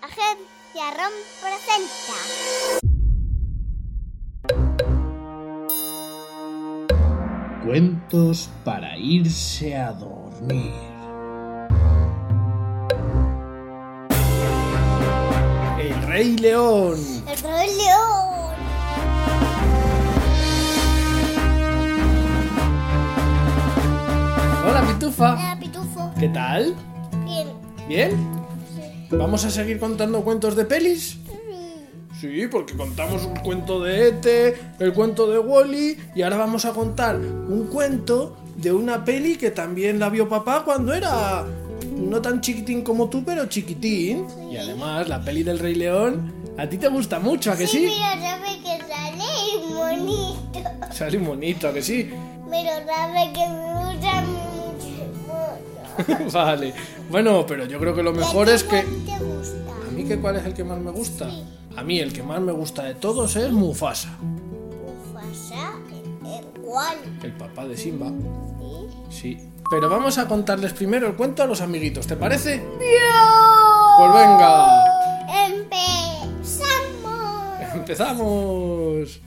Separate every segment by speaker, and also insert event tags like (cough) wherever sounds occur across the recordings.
Speaker 1: Agencia ROM presenta.
Speaker 2: Cuentos para irse a dormir. El Rey León.
Speaker 1: El Rey León.
Speaker 2: Hola, Pitufa.
Speaker 1: El pitufo.
Speaker 2: ¿Qué tal?
Speaker 1: Bien.
Speaker 2: ¿Bien?
Speaker 1: Sí.
Speaker 2: ¿Vamos a seguir contando cuentos de pelis?
Speaker 1: Mm,
Speaker 2: Sí, porque contamos un cuento de Ete, el cuento de Wally, y ahora vamos a contar un cuento de una peli que también la vio papá cuando era no tan chiquitín como tú, pero chiquitín. Y además, la peli del Rey León, a ti te gusta mucho, ¿a que sí?
Speaker 1: Pero sabe que sale bonito.
Speaker 2: Sale bonito, ¿a que sí? (laughs)
Speaker 1: Pero sabe que me gusta mucho.
Speaker 2: vale. Bueno, pero yo creo que lo mejor es que...
Speaker 1: ¿Te gusta?
Speaker 2: ¿A mí que cuál es el que más me gusta? A mí el que más me gusta de todos es Mufasa,
Speaker 1: Mufasa, igual.
Speaker 2: el papá de Simba.
Speaker 1: ¿sí?
Speaker 2: Sí. Pero vamos a contarles primero el cuento a los amiguitos, ¿te parece? Pues venga,
Speaker 1: Empezamos.
Speaker 2: empezamos.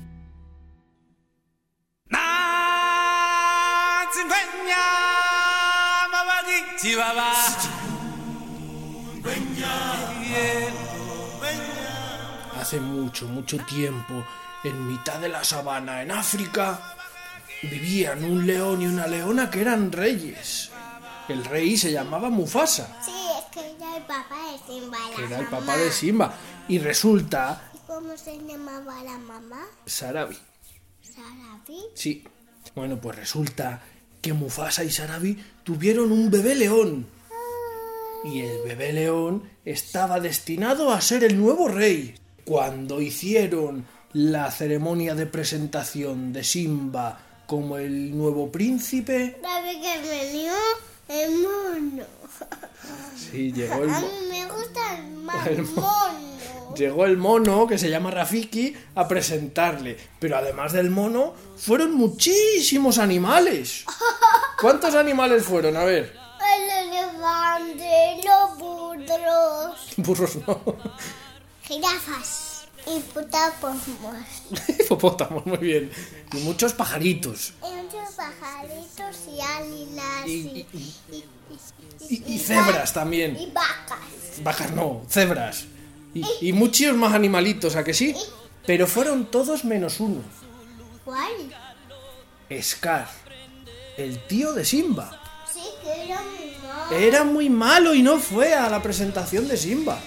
Speaker 2: Hace mucho, mucho tiempo, en mitad de la sabana, en África, vivían un león y una leona que eran reyes. El rey se llamaba Mufasa,
Speaker 1: Sí, es que ya el papá de Simba. la
Speaker 2: que era el
Speaker 1: mamá.
Speaker 2: papá de Simba, y resulta
Speaker 1: ¿Y cómo se llamaba la mamá?
Speaker 2: Sarabi.
Speaker 1: Sarabi.
Speaker 2: Sí. Bueno, pues resulta que Mufasa y Sarabi tuvieron un bebé león. Y el bebé león estaba destinado a ser el nuevo rey. Cuando hicieron la ceremonia de presentación de Simba como el nuevo príncipe,
Speaker 1: Sabe que me dio el mono.
Speaker 2: sí, llegó el,
Speaker 1: A
Speaker 2: mo-
Speaker 1: mí me gusta el más
Speaker 2: El mo-
Speaker 1: mono.
Speaker 2: llegó el mono, que se llama Rafiki, a presentarle. Pero además del mono, fueron muchísimos animales. ¿Cuántos animales fueron? A ver.
Speaker 1: El elefante, los burros,
Speaker 2: Burros no.
Speaker 1: jirafas y hipopótamos.
Speaker 2: (laughs) Hipopótamos, muy bien. Y muchos pajaritos.
Speaker 1: Y muchos pajaritos y águilas
Speaker 2: Y-
Speaker 1: y,
Speaker 2: y-
Speaker 1: y-
Speaker 2: Y, y cebras también.
Speaker 1: y vacas.
Speaker 2: Bajas no, cebras. Y, y muchos más animalitos, ¿a que sí? Pero fueron todos menos uno.
Speaker 1: ¿Cuál?
Speaker 2: Scar, el tío de Simba.
Speaker 1: Sí, que era mi mamá.
Speaker 2: Era muy malo y no fue a la presentación de Simba.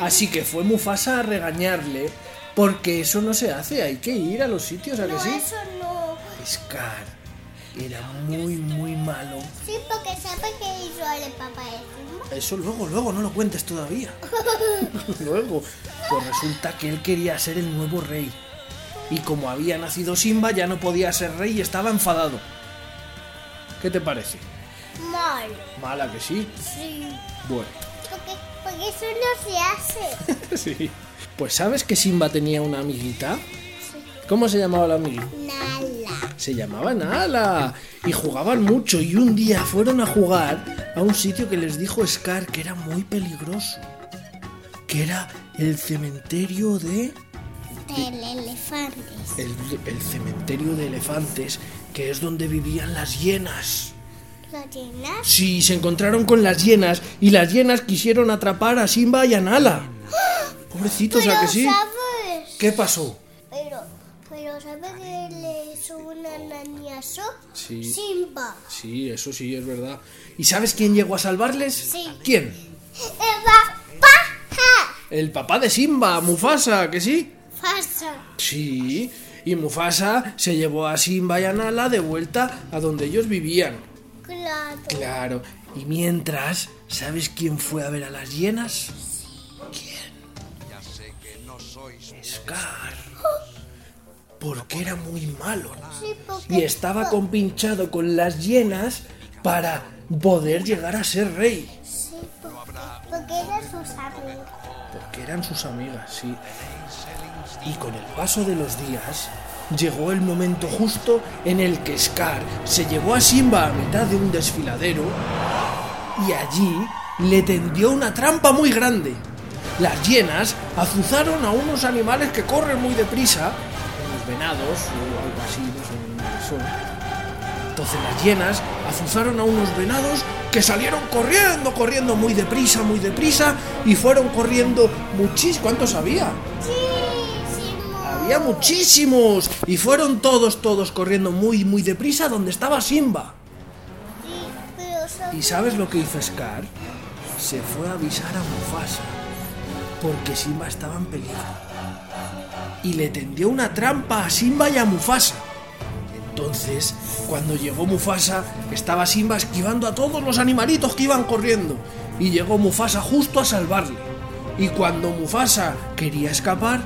Speaker 2: Así que fue Mufasa a regañarle. Porque eso no se hace, hay que ir a los sitios, ¿a que
Speaker 1: No,
Speaker 2: sí?
Speaker 1: eso no.
Speaker 2: Scar era muy, muy malo.
Speaker 1: Sí, porque sabe que hizo el papá de Simba.
Speaker 2: Eso luego, luego, no lo cuentes todavía. (laughs) luego, pues resulta que él quería ser el nuevo rey. Y como había nacido Simba, ya no podía ser rey y estaba enfadado. ¿Qué te parece?
Speaker 1: Mal.
Speaker 2: Mala que sí.
Speaker 1: Sí.
Speaker 2: Bueno,
Speaker 1: Porque, porque eso no se hace. (laughs)
Speaker 2: (laughs) sí. Pues sabes que Simba tenía una amiguita. ¿Cómo se llamaba la amiguita?
Speaker 1: Nala.
Speaker 2: Se llamaba Nala. Y jugaban mucho. Y un día fueron a jugar a un sitio que les dijo Scar que era muy peligroso. Que era el cementerio de...
Speaker 1: Del elefante.
Speaker 2: el, el cementerio de elefantes, que es donde vivían las hienas.
Speaker 1: ¿Lo llenas?
Speaker 2: Sí, se encontraron con las hienas y las hienas quisieron atrapar a Simba y a Nala. Pobrecitos, ¿a que sí?
Speaker 1: sabes.
Speaker 2: ¿Qué pasó?
Speaker 1: Pero, pero ¿sabes que le hizo un ananiaso?
Speaker 2: Sí.
Speaker 1: Simba.
Speaker 2: Sí, eso sí, es verdad. ¿Y sabes quién llegó a salvarles?
Speaker 1: Sí.
Speaker 2: ¿Quién?
Speaker 1: El papá.
Speaker 2: El papá de Simba, Mufasa, ¿que sí?
Speaker 1: Pasa.
Speaker 2: Sí. Y Mufasa se llevó a Simba y a Nala de vuelta a donde ellos vivían.
Speaker 1: Claro.
Speaker 2: Claro. Y mientras, ¿sabes quién fue a ver a las hienas? Scar. Porque era muy malo.
Speaker 1: Sí, porque...
Speaker 2: Y estaba compinchado con las hienas para poder llegar a ser rey.
Speaker 1: Sí, porque, porque eran sus amigos.
Speaker 2: Porque eran sus amigas, sí. Y con el paso de los días, llegó el momento justo en el que Scar se llevó a Simba a mitad de un desfiladero y allí le tendió una trampa muy grande. Las hienas azuzaron a unos animales que corren muy deprisa, unos venados o algo así, no sé dónde son. Entonces las hienas azuzaron a unos venados que salieron corriendo, corriendo muy deprisa, muy deprisa y fueron corriendo muchis, ¿cuántos había?
Speaker 1: Muchísimo.
Speaker 2: Había muchísimos y fueron todos, todos corriendo muy, muy deprisa donde estaba Simba.
Speaker 1: Sí, pero
Speaker 2: ¿Y
Speaker 1: sabes...
Speaker 2: sabes lo que hizo Scar? Se fue a avisar a Mufasa porque Simba estaba en peligro y le tendió una trampa a Simba y a Mufasa. Entonces, cuando llegó Mufasa, estaba Simba esquivando a todos los animalitos que iban corriendo y llegó Mufasa justo a salvarle. Y cuando Mufasa quería escapar,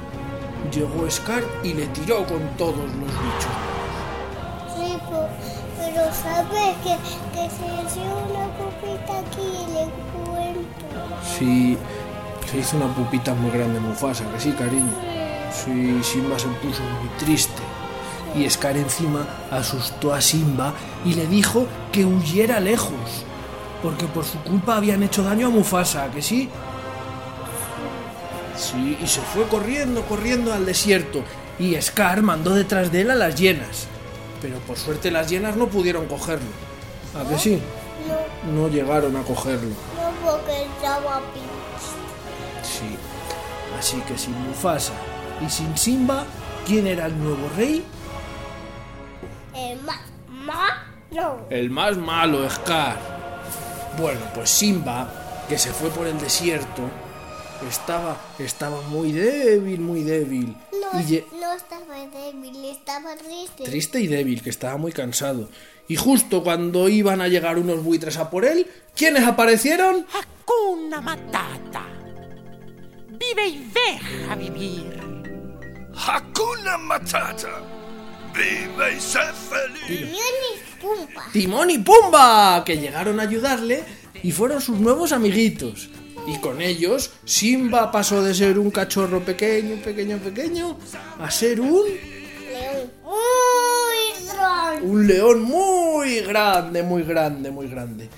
Speaker 2: llegó Scar y le tiró con todos los bichos.
Speaker 1: Sí, po- pero sabes que, que se hizo una copita aquí y le cuento.
Speaker 2: Sí, se hizo una pupita muy grande Mufasa, que sí, cariño. Sí, Simba se puso muy triste. Y Scar encima asustó a Simba y le dijo que huyera lejos, porque por su culpa habían hecho daño a Mufasa, ¿a que sí? Sí, y se fue corriendo, corriendo al desierto. Y Scar mandó detrás de él a las hienas. Pero por suerte las hienas no pudieron cogerlo. ¿A que sí? No llegaron a cogerlo.
Speaker 1: No porque estaba pinche.
Speaker 2: Sí. Así que sin Mufasa y sin Simba, ¿quién era el nuevo rey?
Speaker 1: El Eh, ma... ma... No.
Speaker 2: El más malo, Scar. Bueno, pues Simba, que se fue por el desierto, estaba, estaba muy débil, muy débil.
Speaker 1: No,
Speaker 2: Y lle-
Speaker 1: no estaba débil, estaba triste.
Speaker 2: Triste y débil, que estaba muy cansado. Y justo cuando iban a llegar unos buitres a por él, ¿quiénes aparecieron?
Speaker 3: Hakuna Matata. Vive y deja vivir.
Speaker 4: Hakuna Matata. Vive y sé feliz.
Speaker 1: Ni ni pumpa.
Speaker 2: Timón y Pumba, que llegaron a ayudarle y fueron sus nuevos amiguitos. Y con ellos, Simba pasó de ser un cachorro pequeño, pequeño, pequeño, a ser un,
Speaker 1: León. Uy, dron.
Speaker 2: un león muy grande, muy grande, muy grande.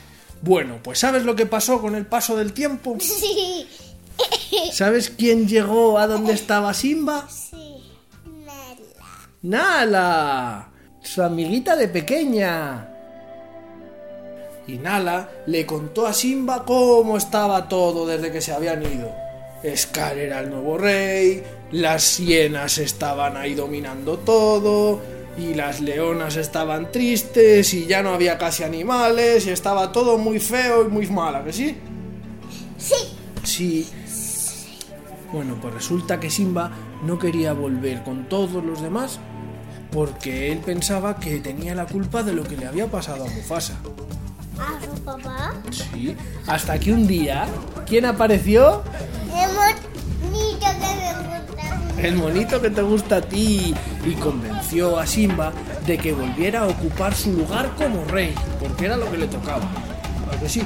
Speaker 2: Bueno, pues ¿sabes lo que pasó con el paso del tiempo?
Speaker 1: Sí.
Speaker 2: ¿Sabes quién llegó a donde estaba Simba?
Speaker 1: Sí. Nala.
Speaker 2: Nala, su amiguita de pequeña. Y Nala le contó a Simba cómo estaba todo desde que se habían ido. Scar era el nuevo rey, las hienas estaban ahí dominando todo, y las leonas estaban tristes, y ya no había casi animales, y estaba todo muy feo y muy mal, ¿a que sí?
Speaker 1: Sí.
Speaker 2: Sí. Bueno, pues resulta que Simba no quería volver con todos los demás porque él pensaba que tenía la culpa de lo que le había pasado a Mufasa.
Speaker 1: A su Ah, papá.
Speaker 2: Sí. Hasta que un día, ¿quién apareció?
Speaker 1: El monito que me gusta.
Speaker 2: El monito que te gusta a ti y convenció a Simba de que volviera a ocupar su lugar como rey, porque era lo que le tocaba. ¿A que sí?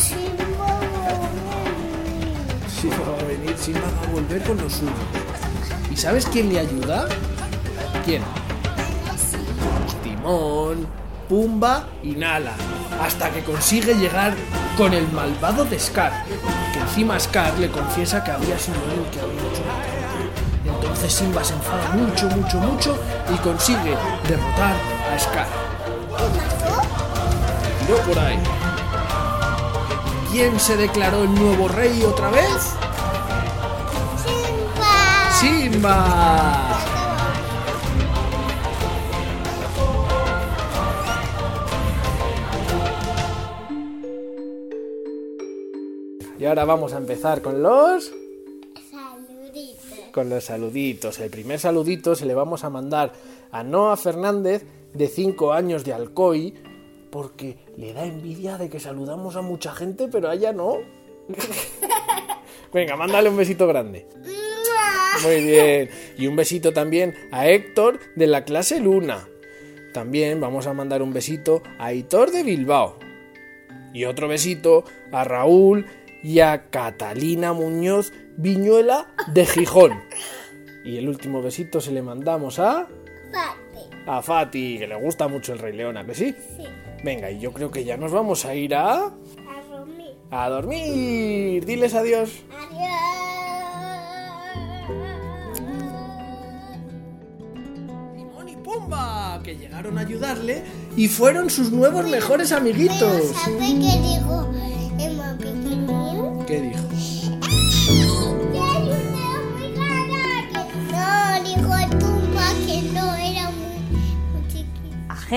Speaker 1: Sí, mamá.
Speaker 2: Simba va a venir, Simba va a volver con los suyos. ¿Y sabes quién le ayuda? ¿Quién? Timón, Pumba y Nala. Hasta que consigue llegar con el malvado de Scar. Que encima Scar le confiesa que había sido él que había hecho el truco. Entonces Simba se enfada mucho, mucho, mucho y consigue derrotar a Scar. Tiró por ahí. ¿Quién se declaró el nuevo rey otra vez?
Speaker 1: Simba.
Speaker 2: Simba. Y ahora vamos a empezar con los
Speaker 1: Saluditos.
Speaker 2: con los saluditos. El primer saludito se le vamos a mandar a Noa Fernández de 5 años de Alcoy porque le da envidia de que saludamos a mucha gente, pero a ella no. Venga, mándale un besito grande.
Speaker 1: ¡Mua!
Speaker 2: Muy bien. Y un besito también a Héctor de la clase Luna. También vamos a mandar un besito a Hitor de Bilbao. Y otro besito a Raúl y a Catalina Muñoz Viñuela de Gijón. Y el último besito se le mandamos a...
Speaker 1: Papi.
Speaker 2: A Fati, que le gusta mucho el Rey León, ¿a que sí?
Speaker 1: Sí.
Speaker 2: Venga, y yo creo que ya nos vamos a ir a...
Speaker 1: A Romy.
Speaker 2: A dormir. Diles adiós.
Speaker 1: Adiós.
Speaker 2: Timón y Pumba, que llegaron a ayudarle y fueron sus nuevos mejores amiguitos.
Speaker 1: Pero ¿sabe qué dijo el más pequeño?
Speaker 2: ¿Qué dijo?
Speaker 1: Que hay una muy rara. No, dijo Tumba que no era muy, muy chiquito.